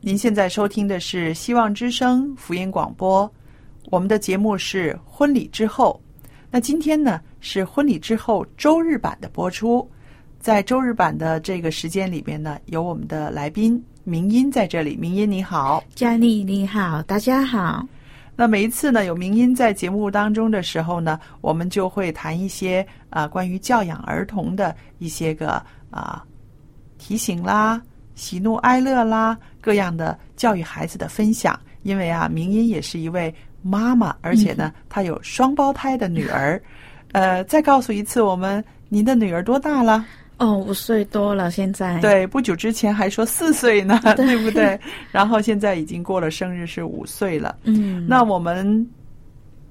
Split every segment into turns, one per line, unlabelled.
您现在收听的是希望之声福音广播，我们的节目是婚礼之后。那今天呢是婚礼之后周日版的播出，在周日版的这个时间里边呢，有我们的来宾明音在这里。明音你好，
佳丽你好，大家好。
那每一次呢，有明音在节目当中的时候呢，我们就会谈一些啊、呃关于教养儿童的一些个啊、提醒啦、喜怒哀乐啦各样的教育孩子的分享。因为啊，明音也是一位妈妈，而且呢，她有双胞胎的女儿。呃，再告诉一次我们，您的女儿多大了？
哦，五岁多了，现
哎
在。
对，不久之前还说四岁呢，
对
对不对？然后现在已经过了生日，是五岁了。
嗯，
那我们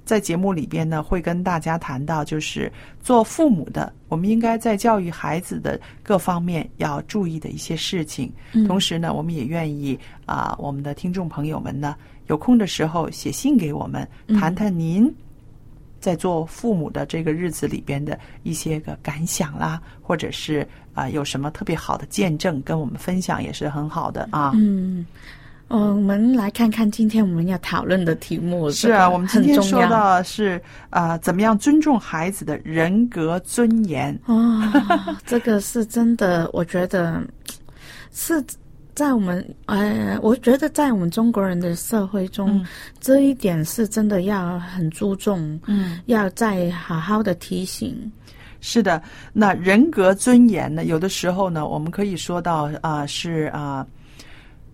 在节目里边呢，会跟大家谈到，就是做父母的，我们应该在教育孩子的各方面要注意的一些事情。
嗯
同时呢，我们也愿意啊、我们的听众朋友们呢，有空的时候写信给我们，
嗯
谈谈您。在做父母的这个日子里边的一些个感想啦，或者是啊、有什么特别好的见证跟我们分享，也是很好的啊。
嗯，哦，我们来看看今天我们要讨论的题目。
是啊，我们今
很
天
重
说
要
到的是啊、呃怎么样尊重孩子的人格尊严？
哦， 这个是真的，我觉得是在我们呃，我觉得在我们中国人的社会中，
嗯
这一点是真的要很注重，
嗯，
要再好好的提醒。
是的，那人格尊严呢？有的时候呢，我们可以说到啊、是啊、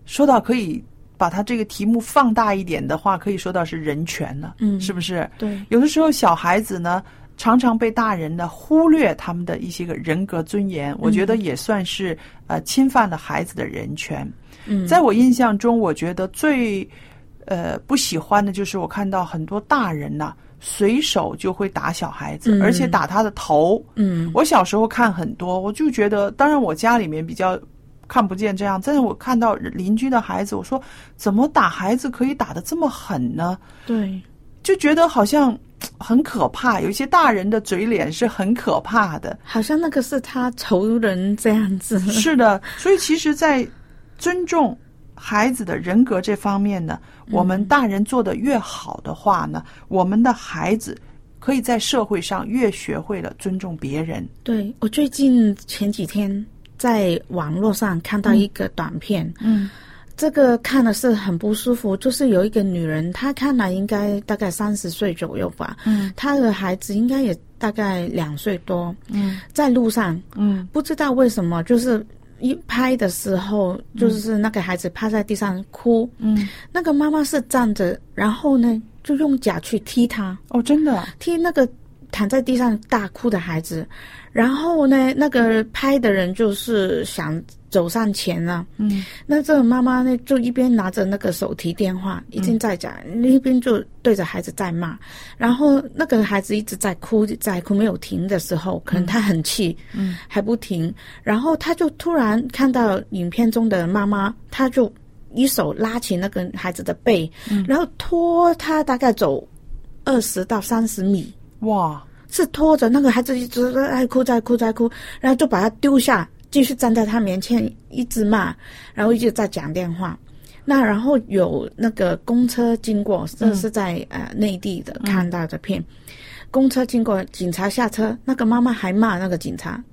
说到可以把它这个题目放大一点的话，可以说到是人权了，
嗯
是不是？
对，
有的时候小孩子呢，常常被大人呢忽略他们的一些个人格尊严，我觉得也算是呃侵犯了孩子的人权。
嗯，
在我印象中，我觉得最呃不喜欢的就是我看到很多大人呐、随手就会打小孩子，
嗯
而且打他的头。
嗯
我小时候看很多，我就觉得，当然我家里面比较看不见这样，但是我看到邻居的孩子，我说怎么打孩子可以打得这么狠呢？
对，
就觉得好像很可怕，有一些大人的嘴脸是很可怕的。
好像那个是他仇人这样子。
是的，所以其实，在尊重孩子的人格这方面呢，我们大人做的越好的话呢，我们的孩子可以在社会上越学会了尊重别人。
对我最近前几天在网络上看到一个短片，
嗯
这个看了是很不舒服。就是有一个女人，她看来应该大概三十岁左右吧，
嗯
她的孩子应该也大概两岁多，
嗯
在路上
嗯
不知道为什么就是。一拍的时候，就是那个孩子趴在地上哭，
嗯，
那个妈妈是站着，然后呢就用脚去踢他，
哦，真的，
踢那个躺在地上大哭的孩子，然后呢，那个拍的人就是想走上前啊了，
嗯，
那这个妈妈呢就一边拿着那个手提电话已经在讲，一边就对着孩子在骂，然后那个孩子一直在哭，在哭没有停的时候，可能他很气，
嗯，
还不停，然后他就突然看到影片中的妈妈，他就一手拉起那个孩子的背，然后拖他大概走二十到三十米，
哇，
是拖着那个孩子一直在哭，在哭，在哭，然后就把他丢下，继续站在他面前一直骂，然后一直在讲电话。那然后有那个公车经过，这是在、呃内地的看到的片，公车经过，警察下车，那个妈妈还骂那个警察，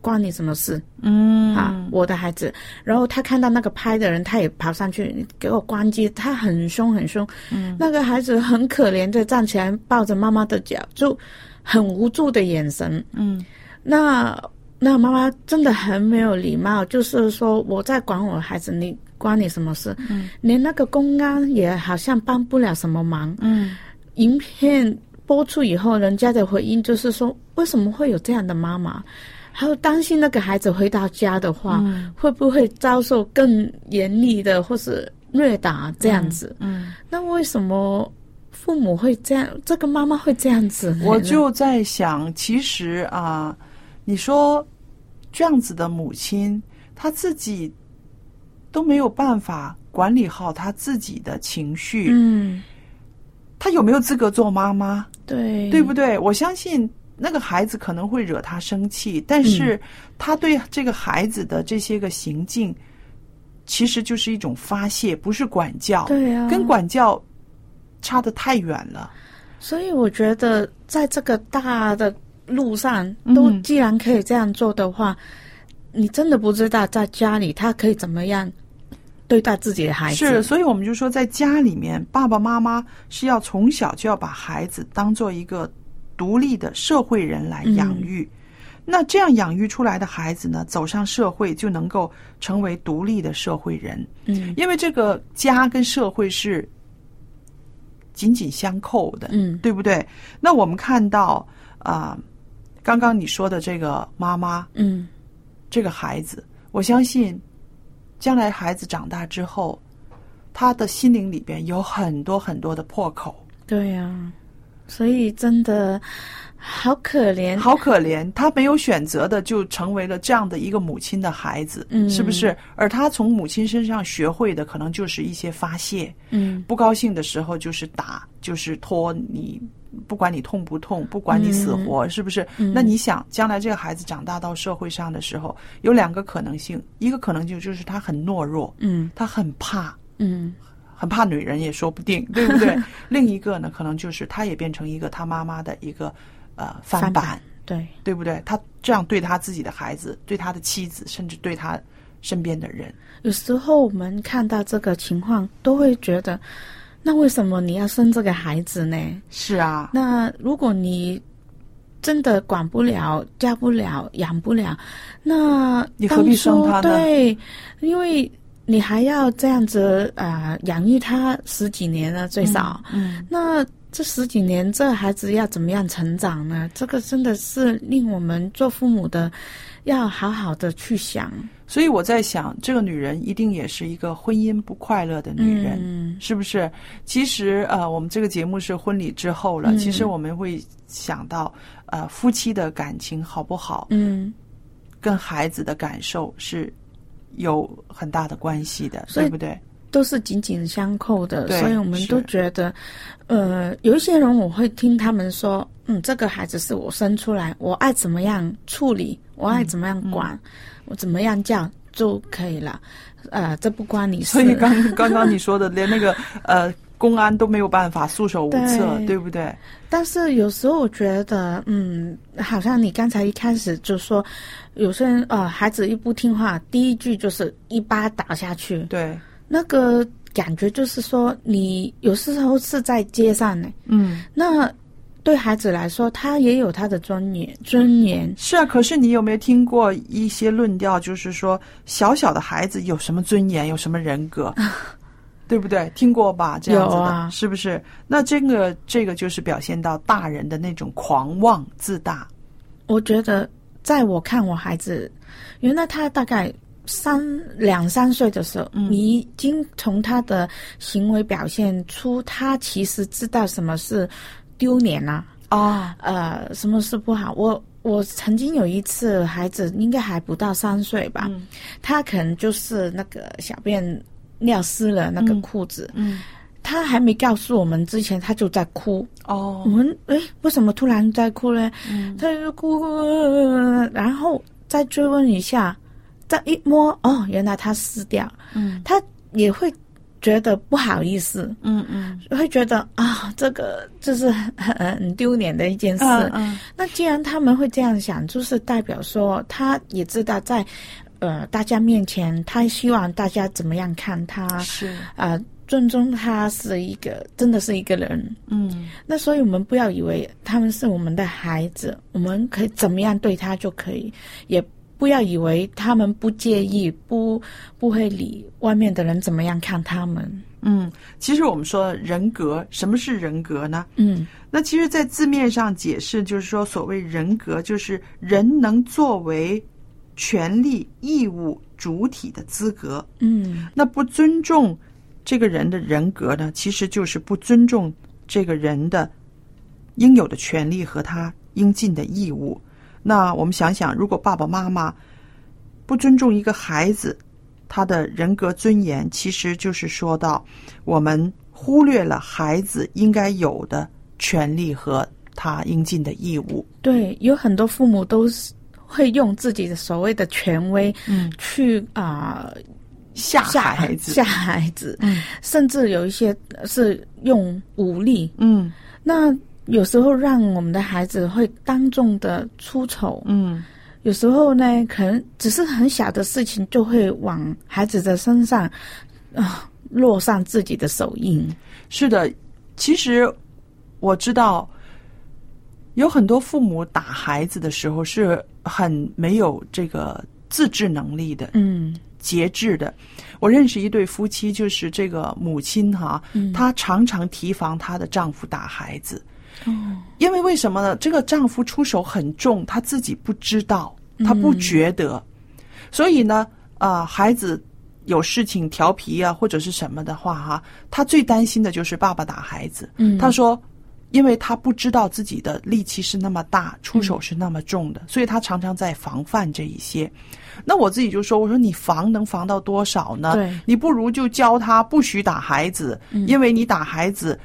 关你什么事？
嗯
啊，我的孩子。然后他看到那个拍的人，他也跑上去你给我关机，他很凶很凶。嗯，那个孩子很可怜的站起来，抱着妈妈的脚，就很无助的眼神。
嗯
那那妈妈真的很没有礼貌，就是说我在管我孩子，你关你什么事？嗯，连那个公安也好像帮不了什么忙。
嗯，
影片播出以后，人家的回应就是说，为什么会有这样的妈妈？还有担心那个孩子回到家的话，
嗯
会不会遭受更严厉的或是虐打这样子？
嗯，
那为什么父母会这样？这个妈妈会这样子呢？
我就在想，其实啊，你说这样子的母亲，她自己都没有办法管理好她自己的情绪，
嗯，
她有没有资格做妈妈？
对，
对不对？我相信那个孩子可能会惹他生气，但
嗯
是他对这个孩子的这些个行径，其实就是一种发泄，不是管教，
对啊，
跟管教差得太远了。
所以我觉得，在这个大的路上，
嗯
都既然可以这样做的话，你真的不知道在家里他可以怎么样对待自己的孩子。
是，所以我们就说，在家里面，爸爸妈妈是要从小就要把孩子当做一个独立的社会人来养
嗯
育。那这样养育出来的孩子呢，走上社会就能够成为独立的社会人。
嗯
因为这个家跟社会是紧紧相扣的，
嗯
对不对？那我们看到啊、刚刚你说的这个妈妈，
嗯，
这个孩子，我相信将来孩子长大之后，他的心灵里边有很多很多的破口，
对呀、所以真的好可怜。
好可怜，他没有选择的就成为了这样的一个母亲的孩子，
嗯
是不是？而他从母亲身上学会的，可能就是一些发泄，
嗯
不高兴的时候就是打，就是拖你，不管你痛不痛，不管你死活，是不是？那你想，将来这个孩子长大到社会上的时候，有两个可能性，一个可能性就是他很懦弱，
嗯
他很怕，
嗯
很怕女人也说不 定，对不对？另一个呢，可能就是他也变成一个他妈妈的一个呃翻
翻
版，
版对，
对不对？他这样对他自己的孩子，对他的妻子，甚至对他身边的人，
有时候我们看到这个情况，都会觉得，那为什么你要生这个孩子呢？
是啊，
那如果你真的管不了、教不了、养不了，那
你何必生他呢
当初对，因为你还要这样子啊、呃养育他十几年了，最少。
嗯
那这十几年，这孩子要怎么样成长呢？这个真的是令我们做父母的要好好的去想。
所以我在想，这个女人一定也是一个婚姻不快乐的女人，
嗯
是不是？其实呃，我们这个节目是婚礼之后了，
嗯
其实我们会想到，呃，夫妻的感情好不好，
嗯，
跟孩子的感受是有很大的关系的，
所以
对不对？
都是紧紧相扣的，
对
所以我们
是
都觉得，呃，有一些人我会听他们说，嗯，这个孩子是我生出来，我爱怎么样处理，我
嗯
爱怎么样管，我怎么样教就可以了，呃，这不关你事
所。以刚刚刚你说的，连那个呃公安都没有办法束手无策，
对
对不对？
但是有时候我觉得，嗯，好像你刚才一开始就说，有些人呃，孩子一不听话，第一句就是一巴打下去，
对，
那个感觉就是说，你有时候是在街上呢。
嗯，
那对孩子来说，他也有他的尊严，尊严。
是啊。可是你有没有听过一 些论调，就是说小小的孩子有什么尊严，有什么人格？对不对？听过吧？这样子的，
有啊
是不是？那这个这个就是表现到大人的那种狂妄自大。
我觉得，在我看我孩子，原来他大概三两三岁的时候，你已经从他的行为表现出，他其实知道什么是丢脸啊，
啊，
呃，什么是不好。我我曾经有一次，孩子应该还不到三岁吧，
嗯
他可能就是那个小便尿湿了那个裤子，
嗯，
他还没告诉我们之前，他就在哭。
哦嗯
我，们诶，为什么突然在哭嘞？他就哭，然后再追问一下，再一摸，哦，原来他撕掉，
嗯
他也会觉得不好意思，
嗯嗯，
会觉得啊、这个这是很很丢脸的一件事。
嗯嗯
那既然他们会这样想，就是代表说他也知道在呃大家面前，他希望大家怎么样看他啊、
是，
尊重他是一个真的是一个人。
嗯
那所以我们不要以为他们是我们的孩子，我们可以怎么样对他就可以，也不要以为他们不介意，不不会理外面的人怎么样看他们。
嗯。其实我们说人格，什么是人格呢？
嗯
那其实，在字面上解释，就是说，所谓人格，就是人能作为权利、义务、主体的资格。
嗯
那不尊重这个人的人格呢，其实就是不尊重这个人的应有的权利和他应尽的义务。那我们想想，如果爸爸妈妈不尊重一个孩子他的人格尊严，其实就是说到我们忽略了孩子应该有的权利和他应尽的义务。
对，有很多父母都是会用自己的所谓的权威
嗯，
去啊、
吓
吓
孩子，
吓孩子，
嗯
甚至有一些是用武力。
嗯
那有时候让我们的孩子会当众的出丑，
嗯，
有时候呢，可能只是很小的事情，就会往孩子的身上啊、落上自己的手印。
是的，其实我知道，有很多父母打孩子的时候是很没有这个自制能力的、
嗯
节制的。我认识一对夫妻，就是这个母亲哈、
嗯
她常常提防她的丈夫打孩子。因为为什么呢？这个丈夫出手很重，她自己不知道，
嗯
她不觉得，所以呢，啊、孩子有事情调皮啊，或者是什么的话哈、她最担心的就是爸爸打孩子。
嗯
她说，因为她不知道自己的力气是那么大，
嗯
出手是那么重的，所以她常常在防范这一些。那我自己就说，我说你防能防到多少呢？
对嗯
你不如就教他不许打孩子，因为你打孩子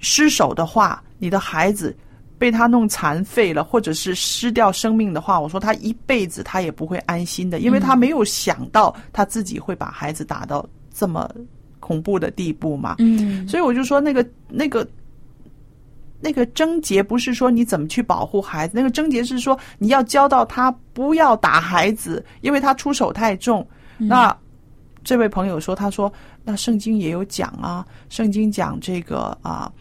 失手的话，你的孩子被他弄残废了，或者是失掉生命的话，我说他一辈子他也不会安心的，因为他没有想到他自己会把孩子打到这么恐怖的地步嘛。
嗯
所以我就说那个那个。那个症结不是说你怎么去保护孩子，那个症结是说你要教到他不要打孩子，因为他出手太重。
嗯
那这位朋友说，他说那圣经也有讲啊，圣经讲这个啊。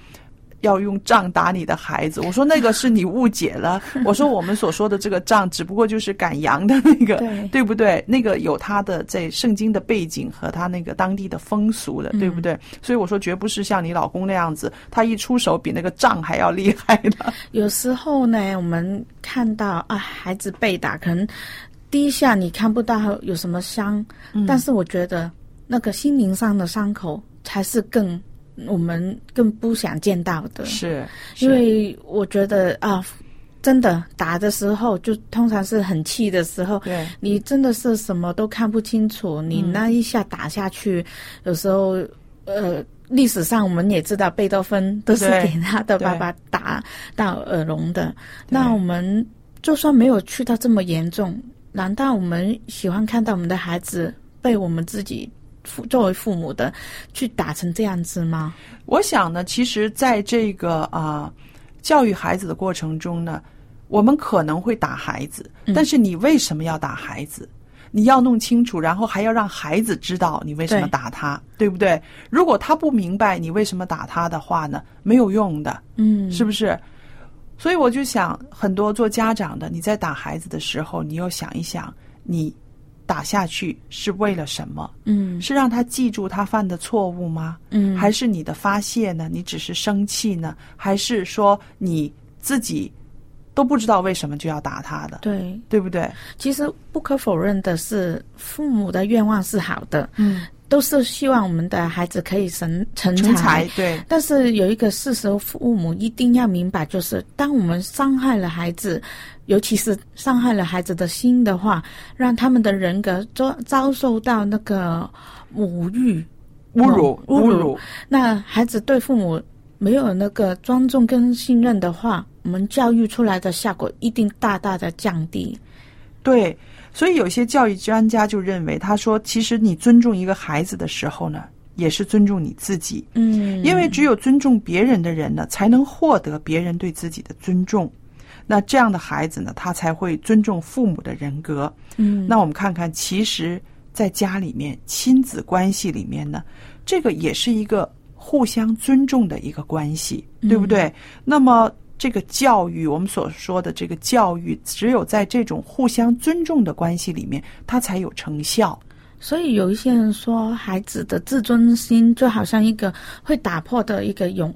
要用杖打你的孩子，我说那个是你误解了。我说我们所说的这个杖，只不过就是赶羊的那个，
对
对不对？那个有他的在圣经的背景和他那个当地的风俗的，对
嗯
不对？所以我说绝不是像你老公那样子，他一出手比那个杖还要厉害的。
有时候呢，我们看到啊，孩子被打，可能第一下你看不到有什么伤，但是我觉得那个心灵上的伤口才是更我们更不想见到的。
是，
因为我觉得啊，真的打的时候，就通常是很气的时候，
对
你真的是什么都看不清楚，
嗯
你那一下打下去，有时候呃。历史上我们也知道，贝多芬都是
对
给他的爸爸打到耳聋的。那我们就算没有去到这么严重，难道我们喜欢看到我们的孩子被我们自己父作为父母的去打成这样子吗？
我想呢，其实在这个啊、教育孩子的过程中呢，我们可能会打孩子，
嗯
但是你为什么要打孩子？你要弄清楚，然后还要让孩子知道你为什么
对
打他，对不对？如果他不明白你为什么打他的话呢，没有用的。
嗯，
是不是？所以我就想，很多做家长的，你在打孩子的时候，你要想一想，你打下去是为了什么？
嗯
是让他记住他犯的错误吗？
嗯，
还是你的发泄呢？你只是生气呢？还是说你自己都不知道为什么就要打他的，
对。
对不对？
其实不可否认的是，父母的愿望是好的，
嗯，
都是希望我们的孩子可以成成才。
成才对，
但是有一个事实，父母一定要明白，就是当我们伤害了孩子，尤其是伤害了孩子的心的话，让他们的人格遭遭受到那个侮辱，
侮辱
嗯
侮
侮辱
辱，
那孩子对父母没有那个尊重跟信任的话，我们教育出来的效果一定大大的降低。
对。所以有些教育专家就认为，他说，其实你尊重一个孩子的时候呢，也是尊重你自己，
嗯
因为只有尊重别人的人呢，才能获得别人对自己的尊重。那这样的孩子呢，他才会尊重父母的人格。
嗯
那我们看看，其实，在家里面亲子关系里面呢，这个也是一个互相尊重的一个关系，对不对？那么。这个教育，我们所说的这个教育，只有在这种互相尊重的关系里面，它才有成效。
所以有一些人说，孩子的自尊心就好像一个会打破的一个容，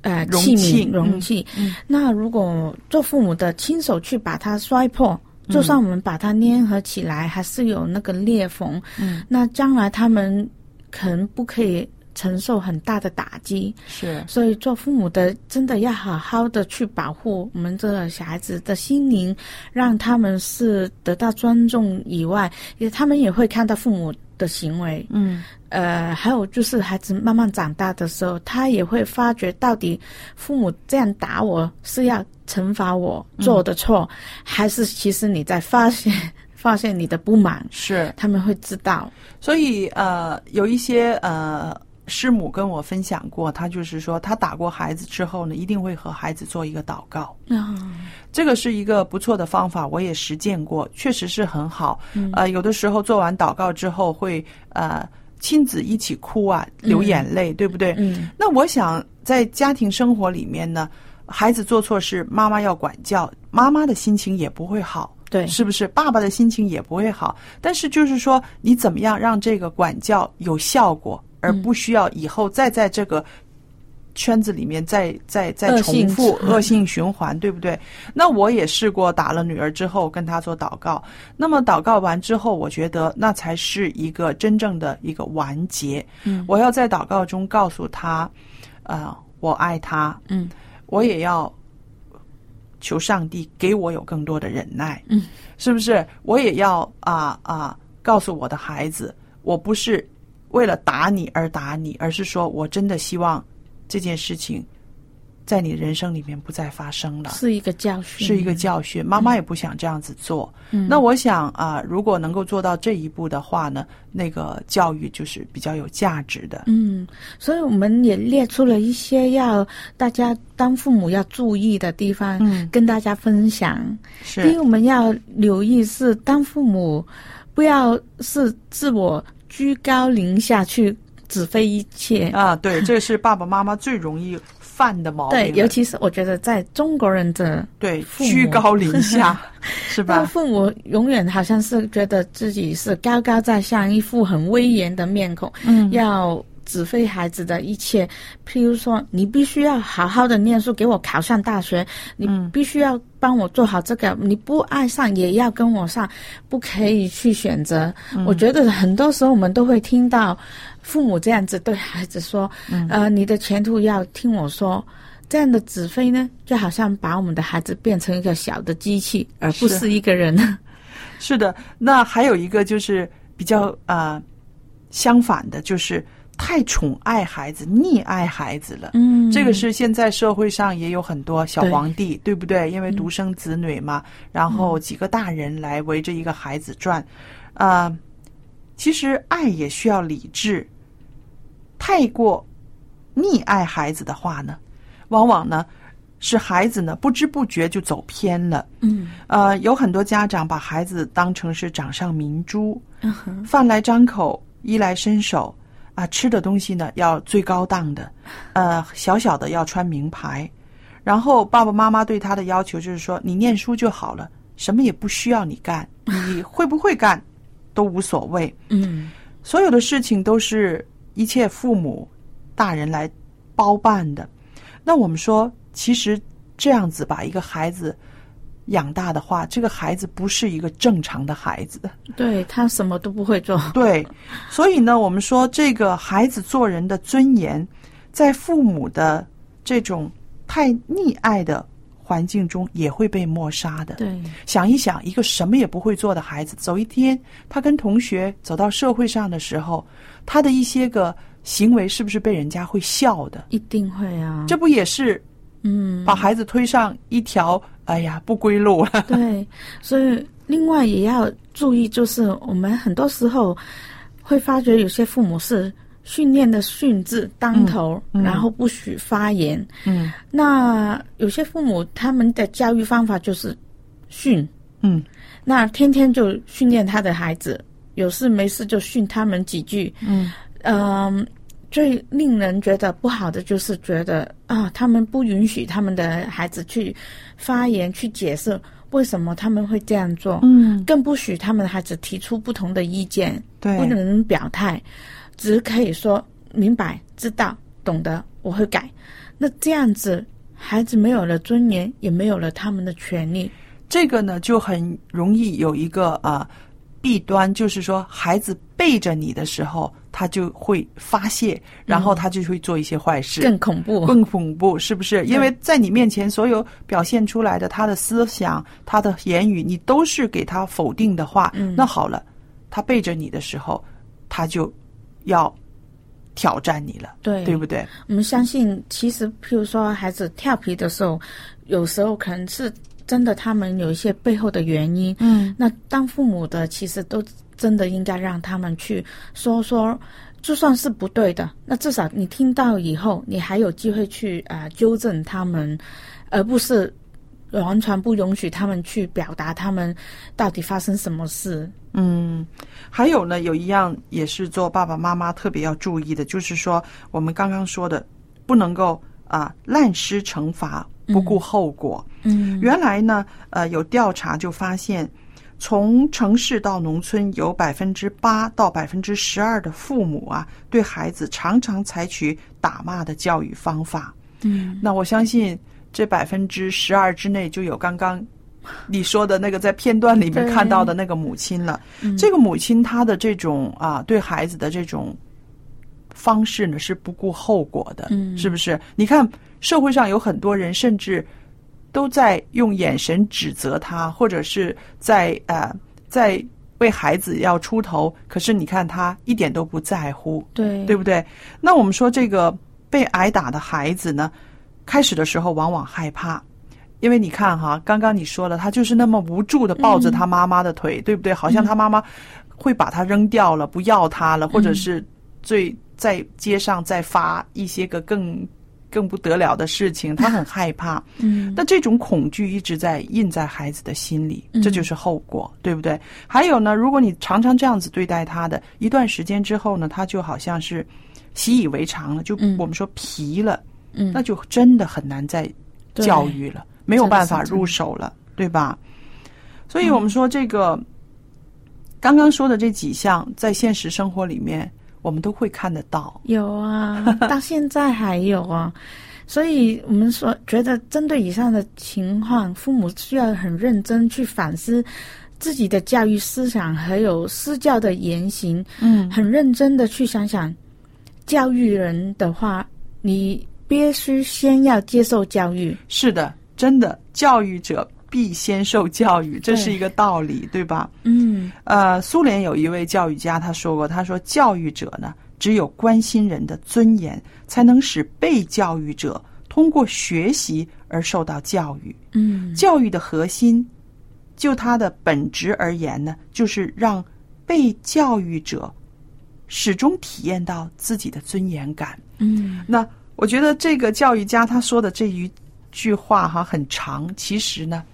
呃，
容
器
器
皿、容
嗯
器。
嗯
那如果做父母的亲手去把它摔破，就算我们把它粘合起来，还是有那个裂缝。
嗯，
那将来他们可能不可以承受很大的打击。
是
所以，做父母的真的要好好的去保护我们这个小孩子的心灵，让他们是得到尊重以外，也他们也会看到父母的行为。
嗯，
呃，还有就是孩子慢慢长大的时候，他也会发觉到底父母这样打我是要惩罚我做的错，还是其实你在发泄发泄你的不满，
是。
他们会知道。
所以呃，有一些呃师母跟我分享过，她就是说，她打过孩子之后呢，一定会和孩子做一个祷告。
啊，
这个是一个不错的方法，我也实践过，确实是很好。
嗯
呃，有的时候做完祷告之后会呃亲子一起哭啊，流眼泪，对不对？
嗯
那我想在家庭生活里面呢，孩子做错事，妈妈要管教，妈妈的心情也不会好。
对
是不是？爸爸的心情也不会好。但是就是说，你怎么样让这个管教有效果，而
嗯
不需要以后再在这个圈子里面再再再
恶
重
性
复
循环
恶性循环，对不对？那我也试过打了女儿之后跟她做祷告，那么祷告完之后，我觉得那才是一个真正的一个完结。
嗯
我要在祷告中告诉她，呃，我爱她，
嗯
我也要求上帝给我有更多的忍耐，
嗯，
是不是？我也要啊啊，告诉我的孩子，我不是为了打你而打你，而是说我真的希望这件事情在你人生里面不再发生了。
是一个教训，
是一个教训，妈妈也不想这样子做。
嗯
那我想啊、如果能够做到这一步的话呢，那个教育就是比较有价值的。
嗯，所以我们也列出了一些要大家当父母要注意的地方，
嗯
跟大家分享。第一，
是
我们要留意是当父母不要是自我居高临下去指挥一切。
啊，对，这是爸爸妈妈最容易犯的毛病了。
对，尤其是我觉得在中国人的，
对，
父母
居高临下， 是
当
吧？
父母永远好像是觉得自己是高高在上，一副很威严的面孔，
嗯
要指挥孩子的一切，譬如说，你必须要好好的念书，给我考上大学，你
嗯
必须要帮我做好这个，你不爱上也要跟我上，不可以去选择。我觉得很多时候我们都会听到父母这样子对孩子说：“呃，你的前途要听我说。”这样的指挥呢，就好像把我们的孩子变成一个小的机器，而不
是
是一个人。
是的。那还有一个就是比较啊、呃相反的，就是太宠爱孩子、溺爱孩子了。
嗯
这个是现在社会上也有很多小
对嗯
皇帝，对不对？因为独生子女嘛，然后几个大人来围着一个孩子转，啊、其实爱也需要理智。太过溺爱孩子的话呢，往往呢使孩子呢不知不觉就走偏了。
嗯
呃，有很多家长把孩子当成是掌上明珠，
嗯哼
饭来张口，衣来伸手，啊，吃的东西呢要最高档的，呃，小小的要穿名牌，然后爸爸妈妈对他的要求就是说，你念书就好了，什么也不需要你干，你会不会干都无所谓。
嗯
所有的事情都是一切父母、大人来包办的。那我们说，其实这样子把一个孩子养大的话，这个孩子不是一个正常的孩子。
对他什么都不会做，
对，所以呢，我们说这个孩子做人的尊严，在父母的这种太溺爱的环境中，也会被抹杀的。
对
想一想，一个什么也不会做的孩子，走一天，他跟同学走到社会上的时候，他的一些个行为是不是被人家会笑的？
一定会啊，
这不也是
嗯
把孩子推上一条哎呀不归路 了？
对，所以另外也要注意，就是我们很多时候会发觉有些父母是训练的训字当头，
嗯嗯
然后不许发言。
嗯
那有些父母他们的教育方法就是训，
嗯
那天天就训练他的孩子，有事没事就训他们几句。
嗯
嗯，最令人觉得不好的就是觉得啊，他们不允许他们的孩子去发言、去解释为什么他们会这样做，
嗯，
更不许他们的孩子提出不同的意见，
对
不能表态，只可以说明白、知道、懂得，我会改。那这样子，孩子没有了尊严，也没有了他们的权利。
这个呢就很容易有一个啊、弊端，就是说孩子背着你的时候，他就会发泄，然后他就会做一些坏事。
嗯更恐怖，
更恐怖，是不是？因为在你面前，所有表现出来的他的思想、他的言语，你都是给他否定的话。
嗯
那好了，他背着你的时候，他就要挑战你了，
对
对不对？
我们相信，其实譬如说孩子调皮的时候，有时候可能是真的他们有一些背后的原因。
嗯，
那当父母的，其实都真的应该让他们去说说，就算是不对的，那至少你听到以后，你还有机会去啊、呃纠正他们，而不是完全不允许他们去表达他们到底发生什么事。
嗯，还有呢，有一样也是做爸爸妈妈特别要注意的，就是说我们刚刚说的，不能够啊滥施惩罚，不顾后果。
嗯
原来呢，呃，有调查就发现，从城市到农村，有百分之八到百分之十二的父母啊，对孩子常常采取打骂的教育方法。
嗯，
那我相信这百分之十二之内就有刚刚你说的那个在片段里面
对
看到的那个母亲了。
嗯
这个母亲她的这种啊，对孩子的这种方式呢，是不顾后果的，
嗯
是不是？你看社会上有很多人，甚至都在用眼神指责他，或者是在呃在为孩子要出头，可是你看他一点都不在乎，
对
对不对？那我们说这个被挨打的孩子呢，开始的时候往往害怕。因为你看哈，刚刚你说了，他就是那么无助的抱着他妈妈的腿，对不对？好像他妈妈会把他扔掉了，不要他了，或者是最在街上再发一些个更更不得了的事情，他很害怕。
嗯
那这种恐惧一直在印在孩子的心里
嗯，
这就是后果，对不对？还有呢，如果你常常这样子对待他的，一段时间之后呢，他就好像是习以为常了，就
嗯
我们说皮了，
嗯，
那就真的很难再
对
教育了，没有办法入手了，对吧？所以
嗯
我们说这个、刚刚说的这几项，在现实生活里面，我们都会看得到。
有啊， 到现在还有啊，所以我们说觉得针对以上的情况，父母需要很认真去反思自己的教育思想，还有施教的言行，
嗯
很认真的去想想，教育人的话，你必须先要接受教育，
是的，真的，教育者必先受教育，这是一个道理，对吧？
嗯
呃，苏联有一位教育家，他说过，他说教育者呢，只有关心人的尊严，才能使被教育者通过学习而受到教育。
嗯
教育的核心，就它的本质而言呢，就是让被教育者始终体验到自己的尊严感。
嗯
那我觉得这个教育家他说的这一句话哈很长，其实呢，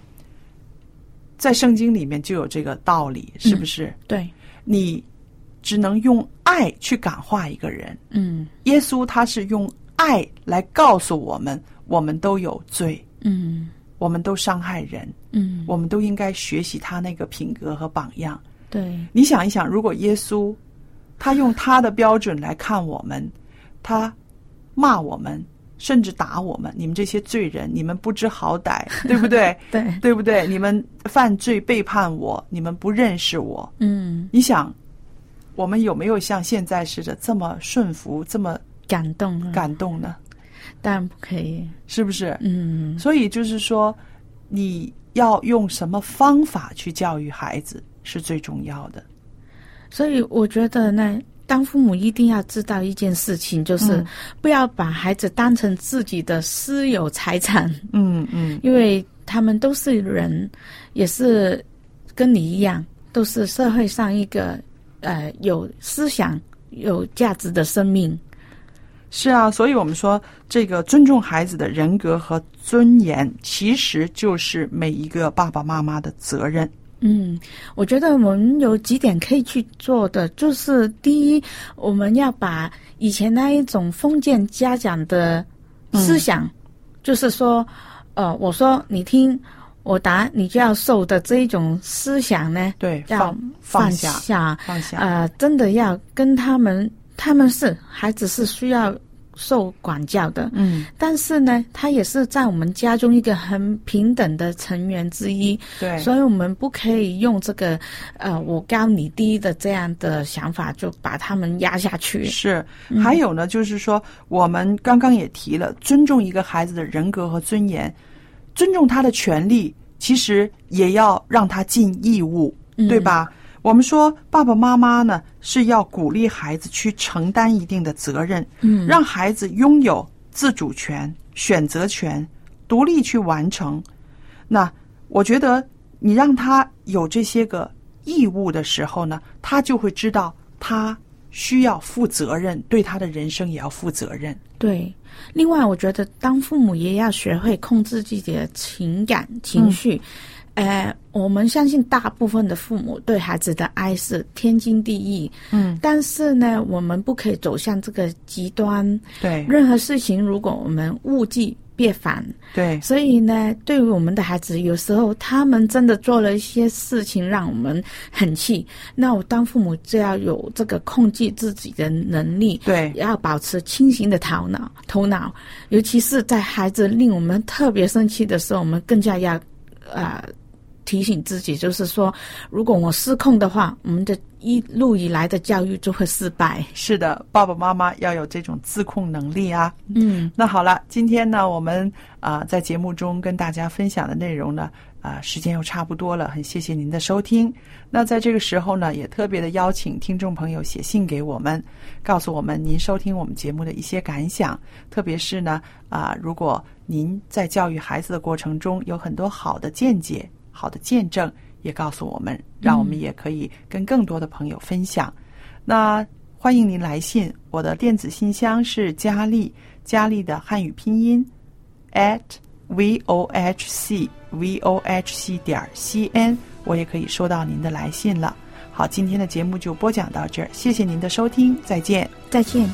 在圣经里面就有这个道理，是不是？
对，
你只能用爱去感化一个人。
嗯
耶稣他是用爱来告诉我们，我们都有罪，
嗯
我们都伤害人，
嗯
我们都应该学习他那个品格和榜样。
对，
你想一想，如果耶稣他用他的标准来看我们，他骂我们，甚至打我们，你们这些罪人，你们不知好歹，对不对？
对，
对不对？你们犯罪背叛我，你们不认识我。
嗯，
你想，我们有没有像现在似的这么顺服、这么
感动啊，
感动呢？
当然不可以。
是不是？
嗯，
所以就是说，你要用什么方法去教育孩子是最重要的。
所以我觉得呢，当父母一定要知道一件事情，就是
嗯
不要把孩子当成自己的私有财产，
嗯嗯
因为他们都是人，也是跟你一样，都是社会上一个呃有思想、有价值的生命。
是啊，所以我们说，这个尊重孩子的人格和尊严，其实就是每一个爸爸妈妈的责任。
嗯，我觉得我们有几点可以去做的，就是第一，我们要把以前那一种封建家长的思想，
嗯
就是说，呃，我说你听，我答你就要受的这一种思想呢，
对，
要
放放下，
下
放下。
呃，真的要跟他们，他们是孩子是需要受管教的，
嗯，
但是呢，他也是在我们家中一个很平等的成员之一。
对，
所以我们不可以用这个呃我高你低的这样的想法就把他们压下去。
是，还有呢，就是说，我们刚刚也提了，尊重一个孩子的人格和尊严，尊重他的权利，其实也要让他尽义务，对吧？我们说，爸爸妈妈呢是要鼓励孩子去承担一定的责任，
嗯
让孩子拥有自主权、选择权，独立去完成。那我觉得，你让他有这些个义务的时候呢，他就会知道他需要负责任，对他的人生也要负责任。
对。另外，我觉得当父母也要学会控制自己的情感情
嗯
绪。呃，我们相信大部分的父母对孩子的爱是天经地义，
嗯，
但是呢，我们不可以走向这个极端。
对
任何事情，如果我们物极必反，
对，
所以呢，对于我们的孩子，有时候他们真的做了一些事情让我们很气，那我当父母就要有这个控制自己的能力，
对
也要保持清醒的头脑，头脑，尤其是在孩子令我们特别生气的时候，我们更加要，呃。提醒自己，就是说，如果我失控的话，我们的一路以来的教育就会失败。
是的，爸爸妈妈要有这种自控能力啊。
嗯，
那好了，今天呢，我们啊、在节目中跟大家分享的内容呢，啊、时间又差不多了，很谢谢您的收听。那在这个时候呢，也特别的邀请听众朋友写信给我们，告诉我们您收听我们节目的一些感想，特别是呢，啊、如果您在教育孩子的过程中有很多好的见解、好的见证，也告诉我们，让我们也可以跟更多的朋友分享。那欢迎您来信，我的电子信箱是佳丽，佳丽的汉语拼音 at v o h c v o h c 点 c n，我也可以收到您的来信了。好，今天的节目就播讲到这儿，谢谢您的收听，再见。
再见。